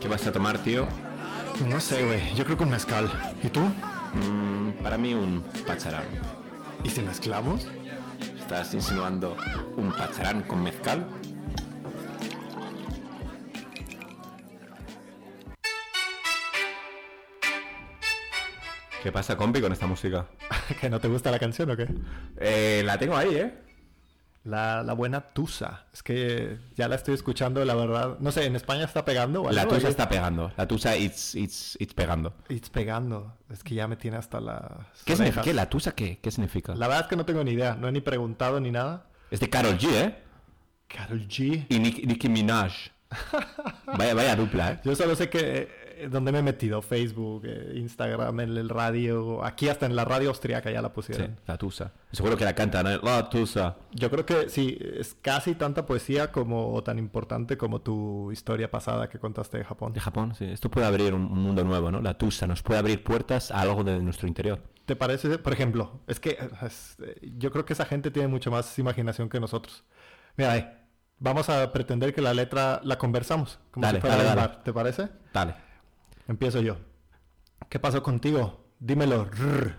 ¿Qué vas a tomar, tío? Pues No sé, güey. Yo creo que un mezcal. ¿Y tú? Mm, para mí un pacharán. ¿Y si mezclamos? ¿Estás insinuando un pacharán con mezcal? ¿Qué pasa, compi, con esta música? ¿Que no te gusta la canción o qué? Eh, la tengo ahí, ¿eh? La, la buena Tusa. Es que ya la estoy escuchando, la verdad. No sé, ¿en España está pegando o La algo? tusa está pegando. La tusa it's, it's, it's pegando. It's pegando. Es que ya me tiene hasta las. ¿Qué significa? orejas. ¿Qué? ¿La tusa qué? ¿Qué significa? La verdad es que no tengo ni idea. No he ni preguntado ni nada. Es de Carol G, ¿eh? Carol G. Y Nick- Nicki Minaj. Vaya, vaya dupla, ¿eh? Yo solo sé que. eh, ¿Dónde me he metido? Facebook, eh, Instagram, en el radio. Aquí hasta en la radio austriaca ya la Sí, pusieron. la tusa. Seguro que la cantan, ¿eh? La tusa. Yo creo que sí, es casi tanta poesía como o tan importante como tu historia pasada que contaste de Japón. De Japón, sí. Esto puede abrir un un mundo nuevo, ¿no? La tusa nos puede abrir puertas a algo de nuestro interior. ¿Te parece? Por ejemplo, es que eh, es, eh, yo creo que esa gente tiene mucho más imaginación que nosotros. Mira, eh, vamos a pretender que la letra la conversamos, como Dale, si fuera dale, un dale. bar, ¿Te parece? Dale. Empiezo yo. ¿Qué pasó contigo? Dímelo. rrr.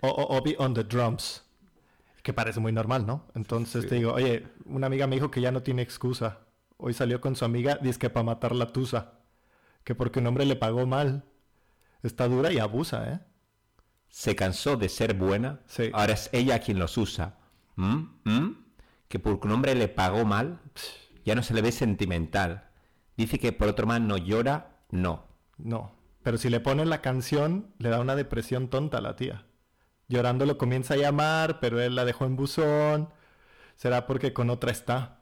O, o, Obi on the drums. Que parece muy normal, ¿no? Entonces te digo, oye, una amiga me dijo que ya no tiene excusa. Hoy salió con su amiga, dizque para matar la tusa. Que porque un hombre le pagó mal. Está dura y abusa, ¿eh? Se cansó de ser buena. Sí. Ahora es ella quien los usa. ¿Mm? ¿Mm? Que porque un hombre le pagó mal, ya no se le ve sentimental. Dice que por otro man no llora, no. No. Pero si le ponen la canción, le da una depresión tonta a la tía. Llorando lo comienza a llamar, pero él la dejó en buzón. Será porque con otra está.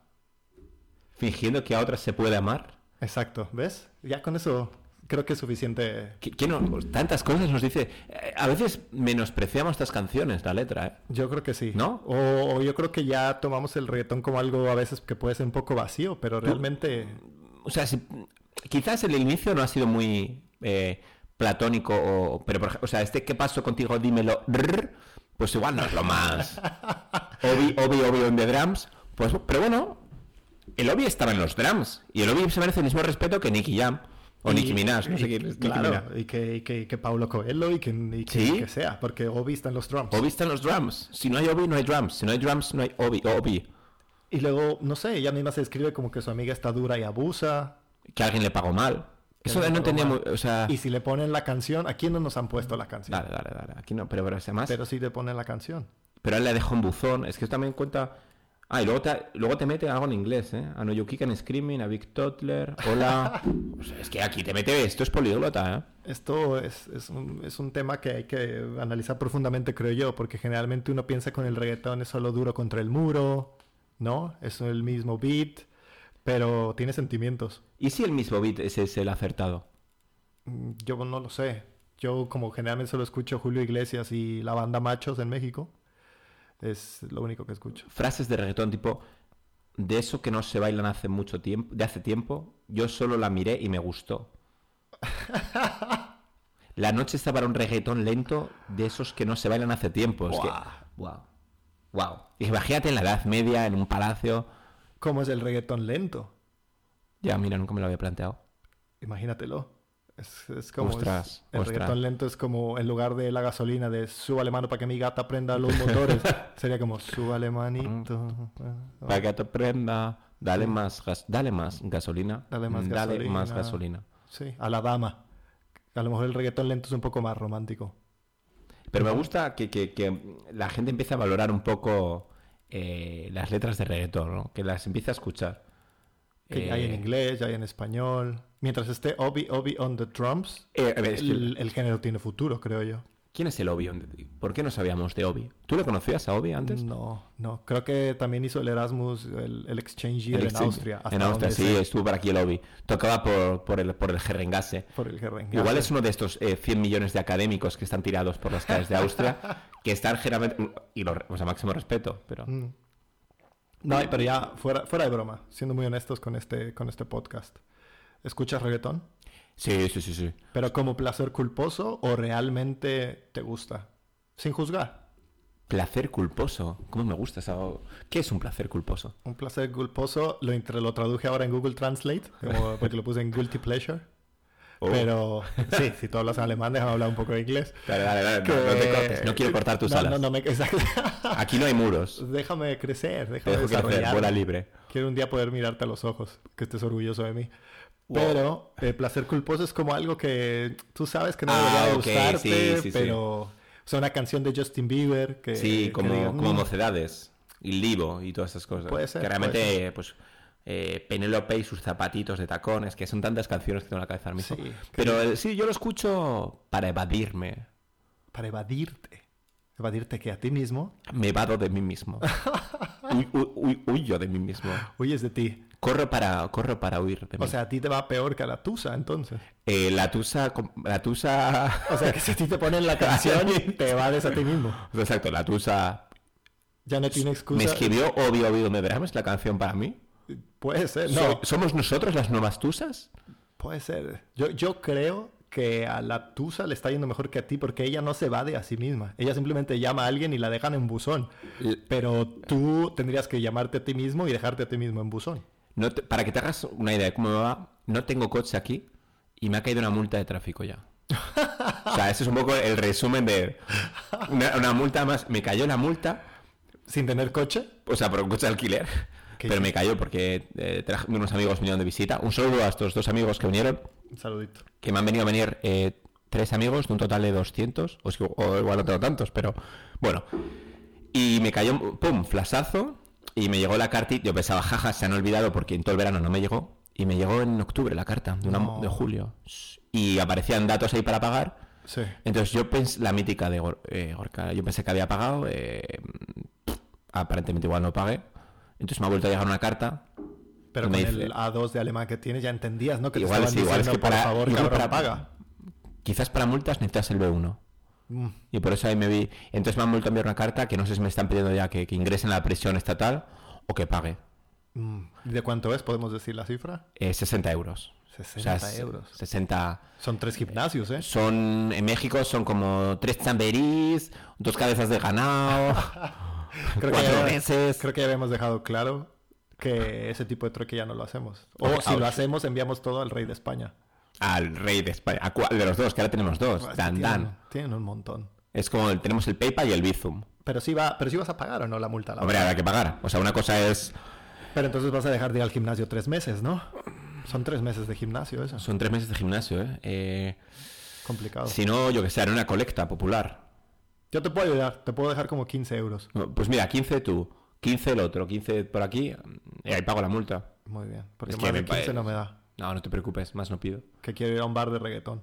Fingiendo que a otra se puede amar. Exacto, ¿ves? Ya con eso creo que es suficiente. ¿Qué- qué no- tantas cosas nos dice. Eh, a veces menospreciamos estas canciones, la letra, ¿eh? Yo creo que sí. ¿No? O, o yo creo que ya tomamos el reggaetón como algo a veces que puede ser un poco vacío, pero realmente O sea, si- quizás el inicio no ha sido muy eh, platónico, o, pero por ej- o sea, este ¿qué pasó contigo? Dímelo, rrr, pues igual no es lo más. Obi, Obi, Obi on the drums, pues, pero bueno, el Obi estaba en los drums, y el Obi se merece el mismo respeto que Nicky Jam, o Y- Nicky Minaj, no sé y- quién es Nicki Minaj. Claro, y que, y que, que Paulo Coelho y que, y que, ¿Sí? que sea, porque Obi está en los drums. Obi está en los drums, si no hay Obi, no hay drums, si no hay drums, no hay Obi, Obi. Y luego, no sé, ella misma se describe como que su amiga está dura y abusa. Que alguien le pagó mal. Que Eso le no pagó entendía mal. muy- o sea... Y si le ponen la canción, aquí no nos han puesto la canción, Dale, dale, dale, aquí no, pero, pero además... pero sí le ponen la canción. Pero él le dejó un buzón. Es que también cuenta. Ah, y luego te, luego te mete algo en inglés, ¿eh? A No You Kick and Screaming, a Big Toddler, hola. O sea, es que aquí te mete. Esto es políglota, ¿eh? Esto es, es un, es un tema que hay que analizar profundamente, creo yo, porque generalmente uno piensa con el reggaetón es solo duro contra el muro, ¿no? Es el mismo beat, pero tiene sentimientos. ¿Y si el mismo beat ese es el acertado? Mm, Yo no lo sé. Yo como generalmente solo escucho Julio Iglesias y la banda Machos en México, es lo único que escucho. Frases de reggaetón tipo. De eso que no se bailan hace mucho tiempo, de hace tiempo, yo solo la miré y me gustó. La noche está para un reggaetón lento de esos que no se bailan hace tiempo. Es que. Wow. Wow. Imagínate en la Edad Media, en un palacio. ¿Cómo es el reggaetón lento? Ya, mira, nunca me lo había planteado. Imagínatelo. Es, es como es- Ostras, el ostras. reggaetón lento es como en lugar de la gasolina de súbale mano para que mi gata prenda los motores. sería como Ah, súbale manito. Mm. Para que te prenda, dale más, gas- dale más gasolina. Mm, Dale más Dale gasolina. más gasolina. Sí, a la dama. A lo mejor el reggaetón lento es un poco más romántico. Pero me gusta que, que- que la gente empiece a valorar un poco eh, las letras de reggaetón, ¿no? que las empiece a escuchar. Que Eh, hay en inglés, ya hay en español. Mientras esté Obi Obi on the drums, eh, a ver, es que- el, el género tiene futuro, creo yo. ¿Quién es el Obi? ¿Por qué no sabíamos de Obi? ¿Tú le conocías a Obi antes? No, no. Creo que también hizo el Erasmus, el, el exchange year El en ex- Austria. En hasta Austria, donde sí, sé, estuvo por aquí el Obi. Tocaba por, por el, por el Gerengase. Por el Geringas. Igual es uno de estos eh, 100 millones de académicos que están tirados por las calles de Austria, que están generalmente... Y lo, re- o sea, máximo respeto, pero... Mm. No, pero ya fuera, fuera de broma, siendo muy honestos con este, con este podcast. ¿Escuchas reggaetón? Sí, sí, sí, sí. ¿Pero como placer culposo o realmente te gusta? Sin juzgar. Placer culposo. ¿Cómo me gusta esa... ¿Qué es un placer culposo? Un placer culposo, lo, intra- lo traduje ahora en Google Translate, como porque lo puse en guilty pleasure. Oh. Pero sí, si tú hablas en alemán, déjame hablar un poco de inglés. Dale, dale, dale, Que- no, no te cortes, no quiero cortar tus no, alas. No, no, me... exacto. Aquí no hay muros. déjame crecer, Te déjame dejo crecer, desarrollar. bola libre. Quiero un día poder mirarte a los ojos, que estés orgulloso de mí. Wow. Pero eh, placer culposo es como algo que tú sabes que no Ah, debería de ok, sí, gustarte, sí, sí. pero... O sea, una canción de Justin Bieber que... Sí, que como, digas, como "Mm, mocedades. Y Livo y todas esas cosas. Puede ser, Que realmente, puede ser. eh, pues, eh, Penélope y sus zapatitos de tacones, que son tantas canciones que tengo en la cabeza ahora mismo. Sí, que- Pero eh, sí, yo lo escucho para evadirme. Para evadirte. Evadirte que a ti mismo Me evado de mí mismo. Huy- hu- hu- huyo de mí mismo. huyes de ti. Corro para, corro para huir de mí. O sea, a ti te va peor que a la tusa, entonces. Eh, la tusa... com- La tusa... O sea, que si a ti te ponen la canción y te evades a ti mismo. Exacto, la tusa... Ya no tiene excusa. Me escribió Obvio Obvio Me Verás, la canción para mí. Puede ser, no. So- ¿Somos nosotros las nuevas tusas? Puede ser. Yo, yo creo que a la tusa le está yendo mejor que a ti porque ella no se evade a sí misma. Ella simplemente llama a alguien y la dejan en buzón. L- Pero tú tendrías que llamarte a ti mismo y dejarte a ti mismo en buzón. No te- para que te hagas una idea de cómo me va, no tengo coche aquí y me ha caído una multa de tráfico ya. O sea, ese es un poco el resumen de una, una multa más. Me cayó la multa, Sin tener coche. o sea, por un coche de alquiler. Qué Pero me cayó porque eh, traje- unos amigos vinieron de visita. Un saludo a estos dos amigos que vinieron, Un saludito. que me han venido a venir eh, tres amigos de un total de 200. O, es que- o igual no tengo tantos, pero bueno. Y me cayó, pum, flasazo. Y me llegó la carta y yo pensaba, jaja, se han olvidado porque en todo el verano no me llegó. Y me llegó en octubre la carta, de, una- No. de julio. Y aparecían datos ahí para pagar. Sí. Entonces yo pensé, la mítica de Gor- eh, Gorka, yo pensé que había pagado, eh, pff, aparentemente igual no pagué. Entonces me ha vuelto a llegar una carta. Pero Me con dice- el A2 de alemán que tienes ya entendías, ¿no? Que te Igual estaban es- igual es diciendo, que para- por favor, igual para- cabrón, paga. Quizás para multas necesitas el B1. Mm. Y por eso ahí me vi. Entonces me han vuelto a enviar una carta que no sé si me están pidiendo ya que, que ingrese en la prisión estatal o que pague. Mm. ¿Y ¿De cuánto es? ¿Podemos decir la cifra? Eh, 60 euros. 60 es- euros. 60. Son tres gimnasios, ¿eh? Son, en México son como tres chamberís, dos cabezas de ganado. Creo que, cuatro ya, meses. creo que ya habíamos dejado claro que ese tipo de truque ya no lo hacemos. O Hombre, si lo ouch. hacemos, enviamos todo al rey de España. al rey de España. ¿A cuál de los dos? Que ahora tenemos dos. Es que Dan, Pues, tienen, dan. tienen un montón. Es como el- tenemos el PayPal y el Bizum. Pero sí, va, pero sí vas a pagar o no la multa. La Hombre, habrá que pagar. O sea, una cosa es. otra. Pero entonces vas a dejar de ir al gimnasio tres meses, ¿no? Son tres meses de gimnasio eso. Son tres meses de gimnasio, ¿eh? Eh, Complicado. si no, yo que sé, haré una colecta popular. Yo te puedo ayudar. Te puedo dejar como 15 euros. Pues mira, 15 tú, 15 el otro, 15 por aquí. Y ahí pago la multa. Muy bien. Porque Es que más me de pa- 15 no me da. No, no te preocupes, más no pido. Que quiero ir a un bar de reggaetón.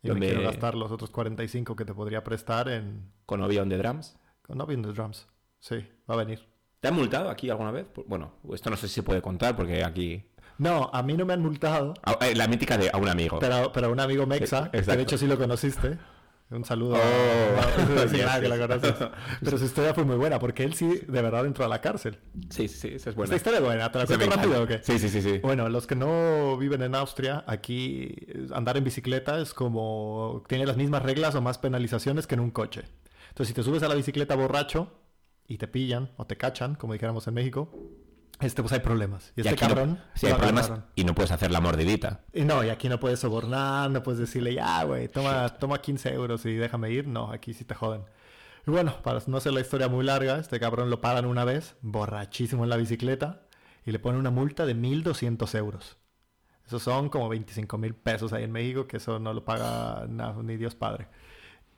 Y me Donde- quiero gastar los otros 45 que te podría prestar en... Con Obi on the Drums. No, bien the drums. Sí, va a venir. ¿Te han multado aquí alguna vez? Por- Bueno, esto no sé si se puede contar porque aquí. No, a mí no me han multado. A- eh, La mítica de a un amigo. Pero, pero un amigo mexa, que exacto. de hecho sí lo conociste. Un saludo. a- Oh. Sí, nada, que lo Yes. conoces. Pero su historia fue muy buena, porque él sí de verdad entró a la cárcel. Sí, sí, sí, esa es Esta buena. historia es buena, ¿te la Esa me cuento encanta. rápido o qué? Sí, sí, sí, sí. Bueno, los que no viven en Austria, aquí eh, andar en bicicleta es como... Tiene las mismas reglas o más penalizaciones que en un coche. Entonces, si te subes a la bicicleta borracho y te pillan o te cachan, como dijéramos en México, este pues hay problemas. Y este aquí no- cabrón... sí, lo hay problemas agarraron. y no puedes hacer la mordidita. Y no, y aquí no puedes sobornar, no puedes decirle, ya, güey, toma, toma 15 euros y déjame ir. No, aquí sí te joden. Y bueno, para no hacer la historia muy larga, este cabrón lo paran una vez, borrachísimo en la bicicleta, y le ponen una multa de 1.200 euros. Eso son como 25 mil pesos ahí en México, que eso no lo paga na- ni Dios Padre.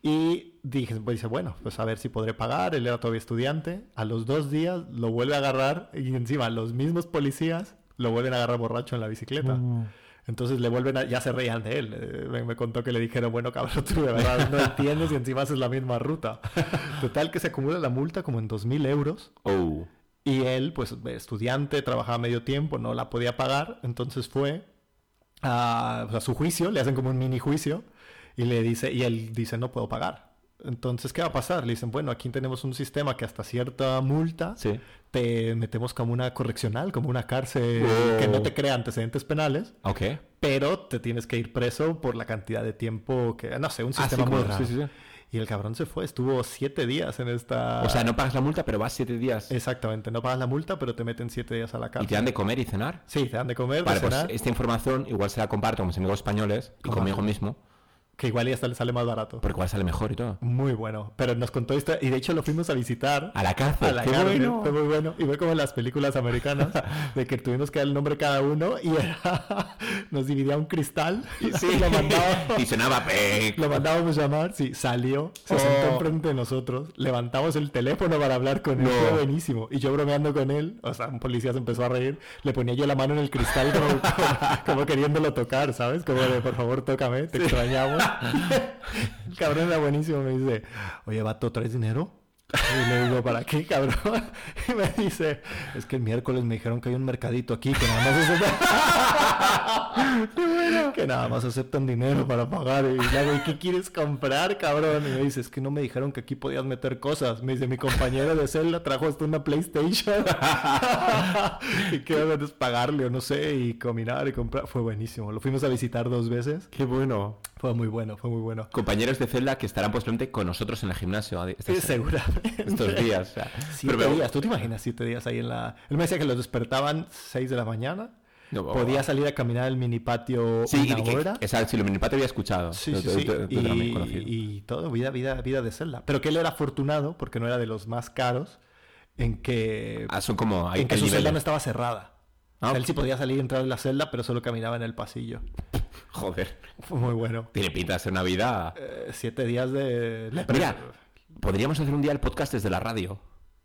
Y dije, pues, dice, bueno, pues a ver si podré pagar. Él era todavía estudiante. A los dos días lo vuelve a agarrar y encima los mismos policías lo vuelven a agarrar borracho en la bicicleta. Mm. Entonces le vuelven a... Ya se reían de él. Eh, me, me contó que le dijeron, bueno, cabrón, tú de verdad no entiendes y encima haces la misma ruta. Total que se acumula la multa como en 2.000 euros. Oh. Y él, pues estudiante, trabajaba medio tiempo, no la podía pagar, entonces fue a, pues, a su juicio, le hacen como un mini juicio y le dice, y él dice, no puedo pagar. Entonces, ¿qué va a pasar? Le dicen, bueno, aquí tenemos un sistema que hasta cierta multa Sí. te metemos como una correccional, como una cárcel que no Wow. te crea antecedentes penales, Ok. Ah, pero te tienes que ir preso por la cantidad de tiempo que, no sé, un sistema muy raro. Y el cabrón se fue, estuvo siete días en esta... O sea, no pagas la multa, pero vas siete días. Exactamente, no pagas la multa, pero te meten siete días a la Y cárcel. te dan de comer y cenar. Sí, te dan de comer, de Vale, pues cenar, esta información igual se la comparto con mis amigos españoles y conmigo mismo, que igual ya hasta le sale más barato. porque igual sale mejor y todo. Muy bueno, pero nos contó esto y de hecho lo fuimos a visitar. A la cárcel. A la Ah, ¡Qué cárcel, bueno! fue muy bueno. Y fue como en las películas americanas, de que tuvimos que dar el nombre cada uno y era- nos dividía un cristal y lo mandaba- y sonaba... "Pec". Lo mandábamos llamar, sí, salió, se Oh. sentó enfrente de nosotros, levantamos el teléfono para hablar con él, No. fue buenísimo. Y yo bromeando con él, o sea, un policía se empezó a reír, le ponía yo la mano en el cristal como, como- como queriéndolo tocar, ¿sabes? Como de, por favor, tócame, te extrañamos. el cabrón era buenísimo, me dice, oye, vato, ¿traes dinero? Y le digo, ¿para qué, cabrón? Y me dice, es que el miércoles me dijeron que hay un mercadito aquí que nada más aceptan... que nada más aceptan dinero para pagar. Y le digo, ¿y qué quieres comprar, cabrón? Y me dice, es que no me dijeron que aquí podías meter cosas. Me dice, mi compañero de celda trajo hasta una PlayStation. y qué bueno es pagarle o no sé, y combinar y comprar. Fue buenísimo. Lo fuimos a visitar dos veces. ¡Qué bueno! Fue muy bueno, fue muy bueno. Compañeros de celda que estarán posiblemente con nosotros en el gimnasio adi- Sí, estas- seguramente. estos días. o sea. Siete Pero- días. ¿Tú te imaginas siete días ahí en la...? Él me decía que los despertaban seis de la mañana. No, Podía salir a caminar al mini patio Oh, Sí, y una que- hora. exacto, sí, lo minipato había escuchado. Sí, Lo- sí, lo- sí. lo- lo- lo- lo- lo- lo- Y, y todo, vida, vida, vida de celda. Pero que él era afortunado, porque no era de los más caros, en que, Ah, son como... Hay, en que hay su celda niveles. no estaba cerrada. Ah, O sea, él sí podía salir y entrar en la celda, pero solo caminaba en el pasillo. Joder, Fue muy bueno. tiene pinta de ser una vida... Eh, siete días de... le- Mira, podríamos hacer un día el podcast desde la radio.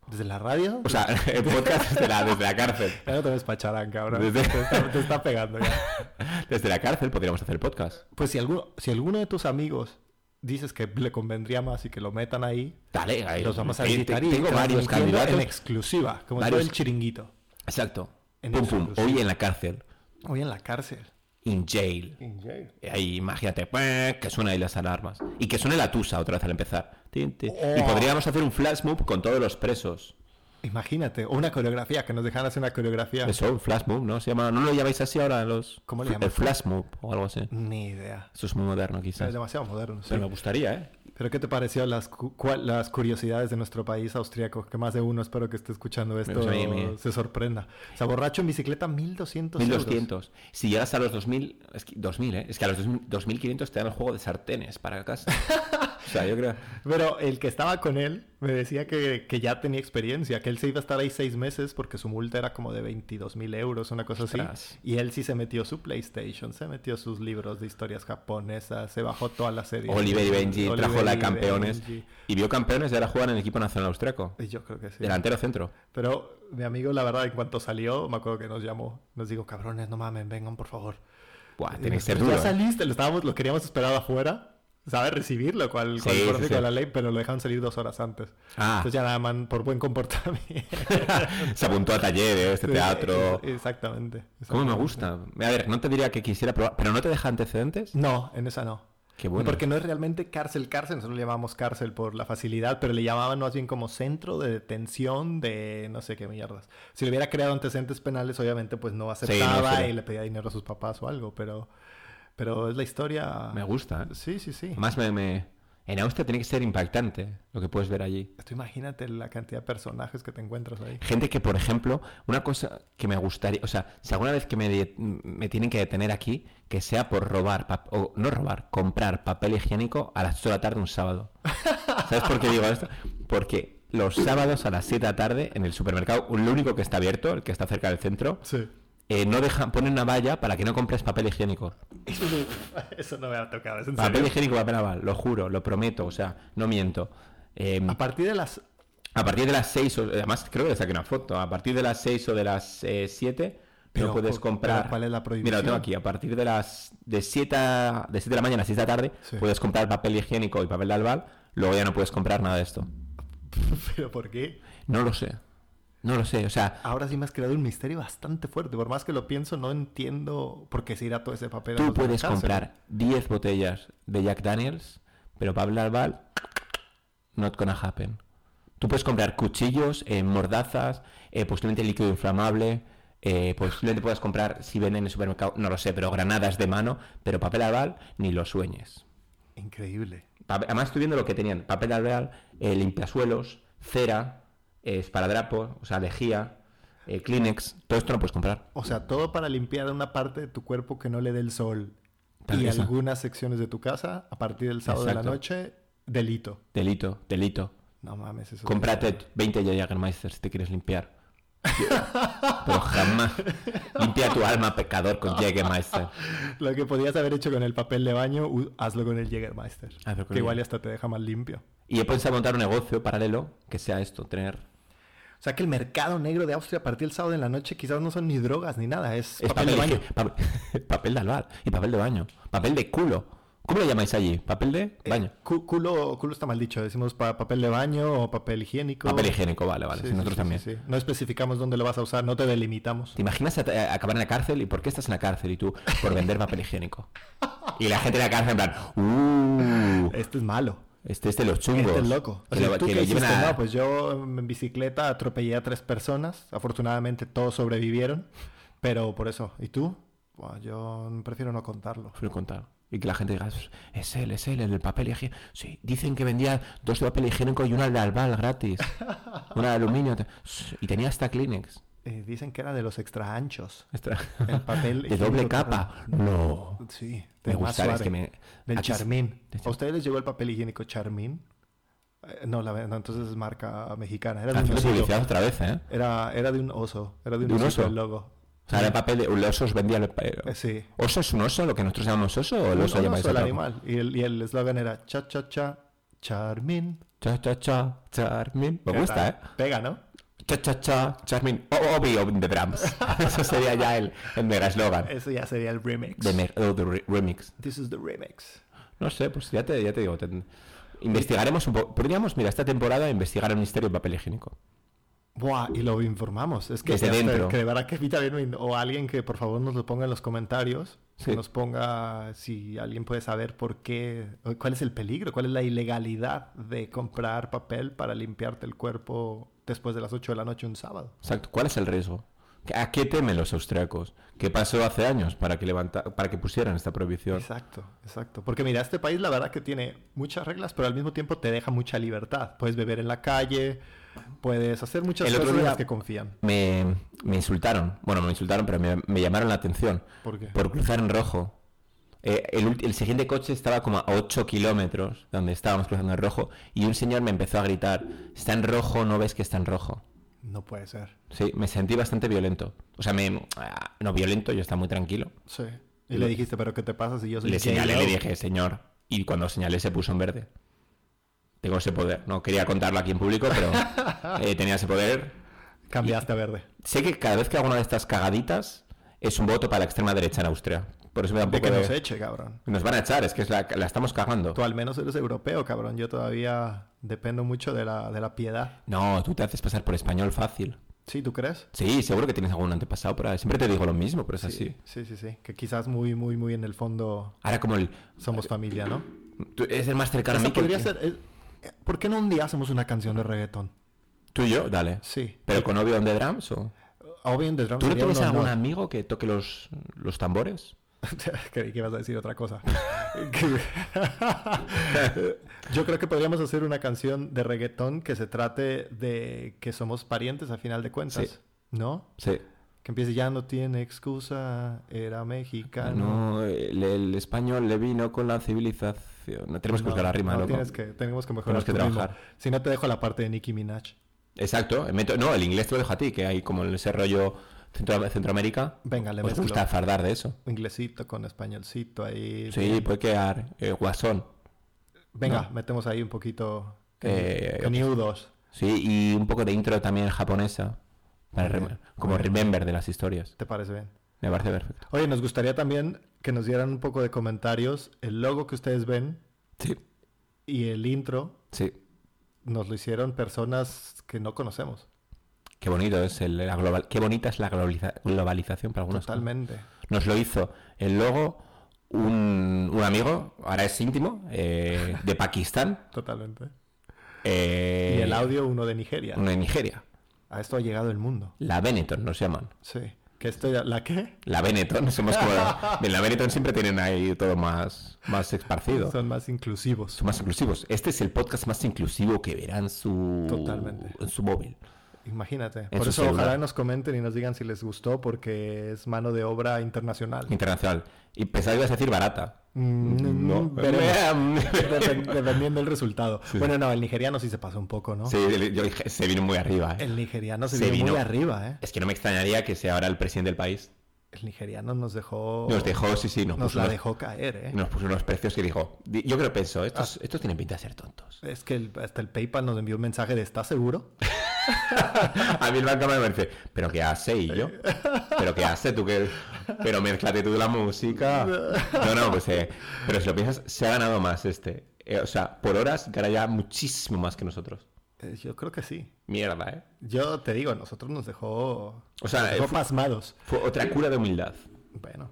¿Desde la radio? O sea, el podcast desde la, desde la cárcel. Ya no te ves pacharán, cabrón. Desde- Te está- te está pegando ya. Desde la cárcel podríamos hacer el podcast. Pues si alguno, si alguno de tus amigos dices que le convendría más y que lo metan ahí, Dale, ahí los vamos a ahí visitar te- y Tengo varios transmitiendo candidatos. en exclusiva, como todo Varios- el chiringuito. Exacto. en pum, pum. exclusiva. Hoy en la cárcel. Hoy en la cárcel. In jail. Y Ahí, imagínate, ¡pue! que suena ahí las alarmas. Y que suene la tusa otra vez al empezar. Tin, tin. Y Oh. podríamos hacer un flash move con todos los presos. Imagínate, o una coreografía, que nos dejan hacer una coreografía. Eso, un flash move, ¿no? Se llama, ¿No lo llamáis así ahora los... ¿Cómo le fl- llaman? El flash move o algo así. Ni idea. Eso es muy moderno Es quizás. demasiado moderno. sí. Pero me gustaría, ¿eh? Pero ¿qué te pareció las, cu- cua- las curiosidades de nuestro país austriaco? Que más de uno espero que esté escuchando esto gusta, me- me- se sorprenda. O sea, borracho en bicicleta 1200 euros. 1200. Si llegas a los 2000, es que, 2000, ¿eh? Es que a los 2000 2500 te dan el juego de sartenes para casa. o sea, yo creo. Pero el que estaba con él me decía que, que ya tenía experiencia, que él se iba a estar ahí seis meses porque su multa era como de 22 mil euros, una cosa Ostras. así. Y él sí se metió su PlayStation, se metió sus libros de historias japonesas, se bajó toda la serie. Oliver y Benji Oliver trajo la y de campeones. Benji. Y vio campeones y ahora juegan en el equipo nacional austriaco. Y Yo creo que sí. Delantero centro. Pero mi amigo, la verdad, en cuanto salió, me acuerdo que nos llamó. Nos dijo, cabrones, no mamen, vengan, por favor. Buah, Y tiene que ser nosotros, duro. Ya ¿eh? saliste, lo, estábamos, lo queríamos esperar afuera, ¿sabes? Recibirlo, cual, cual Sí, sí, conocido sí. con la ley, pero lo dejaron salir dos horas antes. Ah. Entonces ya nada más por buen comportamiento. Se apuntó a talleres, de Este teatro. Eh, Exactamente. ¿Cómo me gusta? A ver, no te diría que quisiera probar, pero no te deja antecedentes. No, en esa no. Qué bueno. Porque no es realmente cárcel, cárcel. Nosotros le llamamos cárcel por la facilidad, pero le llamaban más bien como centro de detención de no sé qué mierdas. Si le hubiera creado antecedentes penales, obviamente, pues no aceptaba sería. y le pedía dinero a sus papás o algo, pero, pero es la historia. Me gusta. ¿eh? Sí, sí, sí. Además, me, me- en Austria tiene que ser impactante lo que puedes ver allí. Tú imagínate la cantidad de personajes que te encuentras ahí. Gente que, por ejemplo, una cosa que me gustaría, o sea, si alguna vez que me, de- me tienen que detener aquí, que sea por robar, pap- o no robar, comprar papel higiénico a las 8 de la tarde un sábado. ¿Sabes por qué digo esto? Porque los sábados a las 7 de la tarde en el supermercado, lo único que está abierto, el que está cerca del centro, Sí. eh, no dejan, ponen una valla para que no compres papel higiénico. Eso no me ha tocado, es en Papel serio. higiénico, papel aval, lo juro, lo prometo, o sea, no miento. Eh, A partir de las a partir de las 6, además creo que le saqué una foto, a partir de las 6 o de las 7 Pero, no puedes ¿pero comprar... cuál es la Mira, lo tengo prohibición? aquí, a partir de las de 7 a- de, 7 de la mañana a 6 de la tarde Sí. puedes comprar papel higiénico y papel de albal, luego ya no puedes comprar nada de esto. ¿Pero por qué? No lo sé, no lo sé, o sea, Ahora sí me has creado un misterio bastante fuerte. Por más que lo pienso, no entiendo por qué se irá todo ese papel. a tú los de la puedes cárcel. comprar 10 botellas de Jack Daniels, pero papel albal, not gonna happen. Tú puedes comprar cuchillos, eh, mordazas, eh, posiblemente líquido inflamable, eh, posiblemente puedas comprar, si venden en el supermercado, no lo sé, pero granadas de mano, pero papel albal, ni lo sueñes. Increíble. Pa- Además, estoy viendo lo que tenían: papel real, limpiasuelos, cera, eh, esparadrapo, o sea, lejía, eh, Kleenex. Todo esto lo puedes comprar. O sea, todo para limpiar una parte de tu cuerpo que no le dé el sol. Tal y cosa. algunas secciones de tu casa a partir del sábado de la Exacto. noche, delito. Delito, delito. No mames, eso. Cómprate 20 Jägermeister si te quieres limpiar. Pero jamás. Limpia tu alma, pecador, con Jägermeister. Lo que podías haber hecho con el papel de baño, u- hazlo con el Jägermeister. Hazlo con Que el- igual y hasta te deja más limpio. Y he pensado montar un negocio paralelo que sea esto: tener. O sea que el mercado negro de Austria a partir del sábado en la noche quizás no son ni drogas ni nada, es, es papel de baño. higie- pa- papel de albar y papel de baño. Papel de culo. ¿Cómo lo llamáis allí? ¿Papel de Eh, baño? Cu- culo, culo está mal dicho, decimos pa- papel de baño o papel higiénico. Papel higiénico, vale, vale. Sí, sí, sí, nosotros sí, también. sí, sí. No especificamos dónde lo vas a usar, no te delimitamos. ¿Te imaginas at- eh, acabar en la cárcel? ¿Y por qué estás en la cárcel? Y tú, por vender papel higiénico. Y la gente en la cárcel en plan, ¡uh! Este es malo. Este es de los chungos. Este es loco. O Que sea, lo- ¿tú que qué lo lleven hiciste? a- No, pues yo en bicicleta atropellé a tres personas. Afortunadamente todos sobrevivieron. Pero por eso. ¿Y tú? Buah, yo prefiero no contarlo. Fui contado. Y que la gente diga, "Es- es él, es él, el del papel higiénico. Sí, dicen que vendía dos de papel higiénico y una de albal gratis. Una de aluminio. te- Y tenía hasta Kleenex. Eh, dicen que era de los extra anchos. Extra- El papel de doble higiénico capa. No. Sí, Me del más gustaría, es suave. que me- Del aquí se- Charmin. del Char- ¿A ustedes les llegó el papel higiénico Charmin? Eh, no, la verdad, no, entonces es marca mexicana. Era de un Haciendo osito. publicidad otra vez, ¿eh? Era, era de un oso. Era de un, Ah, ¿De un osito oso? el logo. O sea, era papel de... Los osos vendían... el pa- Eh, sí. ¿Oso es un oso? ¿Lo que nosotros llamamos oso o el Un- oso un llamáis oso, el otra cosa? animal. Y el y el eslogan era cha cha cha Charmin. Cha, cha, cha, Charmin. Me ¿Qué gusta, tal? ¿eh? Pega, ¿no? Cha, cha, cha, Charmin. Oh, Obi, Obi de Brahms. Eso sería ya el, el mega eslogan. Eso ya sería el remix. De mer- oh, de re- remix. This is the remix. No sé, pues ya te, ya te digo. te- investigaremos un poco. Podríamos, mira, esta temporada investigar el misterio del papel higiénico. Buah, y lo informamos. Es que Desde hasta dentro. que de verdad que Vita Benwin o alguien que por favor nos lo ponga en los comentarios, que Sí. nos ponga si alguien puede saber por qué, o cuál es el peligro, cuál es la ilegalidad de comprar papel para limpiarte el cuerpo después de las 8 de la noche un sábado. Exacto. ¿Cuál es el riesgo? ¿A qué temen los austriacos? ¿Qué pasó hace años para que, levanta, para que pusieran esta prohibición? Exacto, exacto. Porque mira, este país la verdad que tiene muchas reglas, pero al mismo tiempo te deja mucha libertad. Puedes beber en la calle, puedes hacer muchas El otro cosas en día- las que confían. Me, me insultaron. Bueno, me insultaron, pero me, me llamaron la atención. ¿Por qué? Por cruzar en rojo. Eh, el, ulti- el siguiente coche estaba como a 8 kilómetros donde estábamos cruzando en rojo y un señor me empezó a gritar, está en rojo, no ves que está en rojo. No puede ser. Sí, me sentí bastante violento. O sea, me... ah, No violento, yo estaba muy tranquilo. Sí. Y le dijiste, pero ¿qué te pasa si yo soy le gay, señalé, no?" le dije, señor. Y cuando señalé se puso en verde. Tengo ese poder. No quería contarlo aquí en público, pero eh, tenía ese poder. Cambiaste a verde. Sé que cada vez que hago una de estas cagaditas es un voto para la extrema derecha en Austria. Por eso me da un De poco que de- nos eche, cabrón. Nos van a echar, es que es la, la estamos cagando. Tú al menos eres europeo, cabrón. Yo todavía dependo mucho de la, de la piedad. No, tú te haces pasar por español fácil. ¿Sí, tú crees? Sí, seguro que tienes algún antepasado por ahí. Siempre te digo lo mismo, pero es así. Sí, sí, sí. Que quizás muy, muy, muy en el fondo Ahora como el... somos familia, ¿no? tú- es el más cercano a mí Eso que- podría que- ser... eh, ¿Por qué no un día hacemos una canción de reggaetón? Tú y yo, dale. Sí. ¿Pero con Obi on the drums o...? Obvio, en The Drum ¿Tú no sería tienes un algún honor. amigo que toque los, los tambores? Creí que ibas a decir otra cosa. Que- Yo creo que podríamos hacer una canción de reggaetón que se trate de que somos parientes a final de cuentas, Sí. ¿no? Sí. Que empiece ya no tiene excusa, era mexicano. No, el, el español le vino con la civilización. No tenemos que buscar la rima, no loco. tienes que, tenemos que Tenemos mejorar. que tú mismo. trabajar. Si no te dejo la parte de Nicki Minaj. Exacto. meto- No, el inglés te lo dejo a ti, que hay como ese rollo Centro- Centroamérica. Venga, le Os mezclo Pues gusta fardar de eso. inglesito con españolcito ahí. Sí, puede quedar eh, guasón. Venga, no. metemos ahí un poquito Eh, con U2. Sí, y un poco de intro también japonesa. para rem- como remember de las historias. ¿Te parece bien? Me parece perfecto. Oye, nos gustaría también que nos dieran un poco de comentarios. El logo que ustedes ven Sí, y el intro sí. nos lo hicieron personas que no conocemos. Qué bonito es el, la global, qué bonita es la globaliza- globalización para algunos. Totalmente. Nos lo hizo el logo un, un amigo, ahora es íntimo, eh, de Pakistán. Totalmente. eh, y el audio, uno de Nigeria. Uno de Nigeria. A esto ha llegado el mundo. La Benetton nos llaman. Sí. Que estoy... ¿La qué? La Benetton, somos como... En la Benetton siempre tienen ahí todo más, más esparcido. Son más inclusivos. Son más inclusivos. Este es el podcast más inclusivo que verán su... Totalmente. en su móvil. Imagínate. En Por su eso celular. ojalá nos comenten y nos digan si les gustó porque es mano de obra internacional. Internacional. Y pensaba que ibas a decir barata. Mm, No. veremos. Depen- dependiendo del resultado. Bueno, no, el nigeriano sí se pasó un poco, ¿no? Sí, el- yo dije, se vino muy arriba. ¿eh? El nigeriano se, Se vino, vino. muy arriba, ¿eh? Es que no me extrañaría que sea ahora el presidente del país. El nigeriano nos dejó... Nos dejó, sí, sí, nos, nos puso, la unos, dejó caer, ¿eh? nos puso unos precios que dijo. di- Yo creo que pensó, Ah. estos, estos tienen pinta de ser tontos. Es que el- hasta el PayPal nos envió un mensaje de ¿estás seguro? A mí el banco me dice, pero ¿qué hace? Y yo, ¿pero qué hace tú? Que... Pero mezclate tú la música. No, no, pues eh, Pero si lo piensas, se ha ganado más este. Eh, o sea, por horas gana ya muchísimo más que nosotros. Eh, Yo creo que sí. Mierda, ¿eh? Yo te digo, nosotros nos dejó, O sea, nos dejó eh, fu- pasmados. Fue otra cura de humildad. Bueno,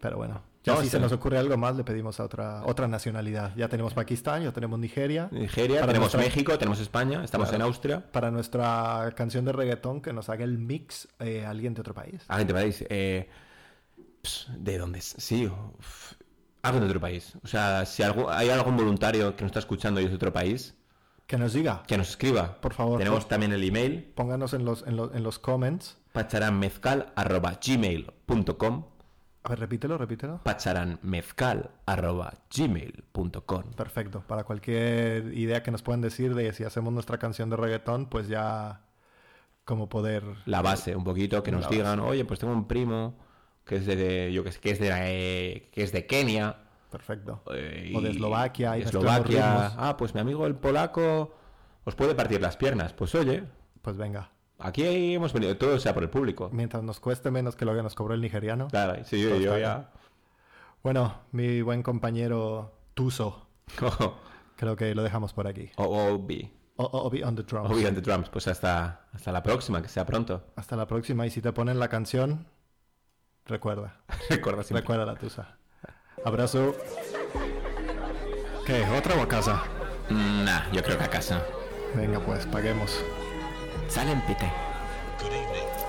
pero bueno. Ya Ya si está. se nos ocurre algo más, le pedimos a otra, otra nacionalidad. Ya tenemos Pakistán, ya tenemos Nigeria. Nigeria, Para tenemos nuestra- México, tenemos España, estamos en Austria. Para nuestra canción de reggaetón, que nos haga el mix eh, alguien de otro país. Ah, gente, país. Eh, ps, ¿De dónde? es? Sí, uf, alguien de otro país. O sea, si algo- hay algún voluntario que nos está escuchando y es de otro país, Que nos diga. que nos escriba. Por favor. Tenemos también el email Pónganos en los, en, los, en los comments. pacharanmezcal.gmail.com A ver, repítelo, repítelo. pacharanmezcal.gmail.com Perfecto. Para cualquier idea que nos puedan decir de si hacemos nuestra canción de reggaetón, pues ya como poder... La base, un poquito, que nos La digan, oye, pues tengo un primo que es de, yo que sé, que es de, eh, que es de Kenia. Perfecto. Eh, O de y- Eslovaquia, y de mezclamos Eslovaquia. ritmos. Ah, pues mi amigo el polaco os puede partir las piernas. Pues oye, Pues venga. aquí hemos venido, todo sea por el público. Mientras nos cueste menos que lo que nos cobró el nigeriano. Claro, sí, yo, yo ya. Bueno, mi buen compañero Tuso, creo que lo dejamos por aquí. O- o- Obi. O- o- Obi on the drums. Obi and the drums. Pues hasta, hasta la próxima, que sea pronto. Hasta la próxima y si te ponen la canción, recuerda, Recuerda siempre. recuerda la Tusa. Abrazo. ¿Qué? ¿Otra o a casa? Mm, Nah, yo creo que a casa. Venga pues, paguemos. Salen, pite. Good evening.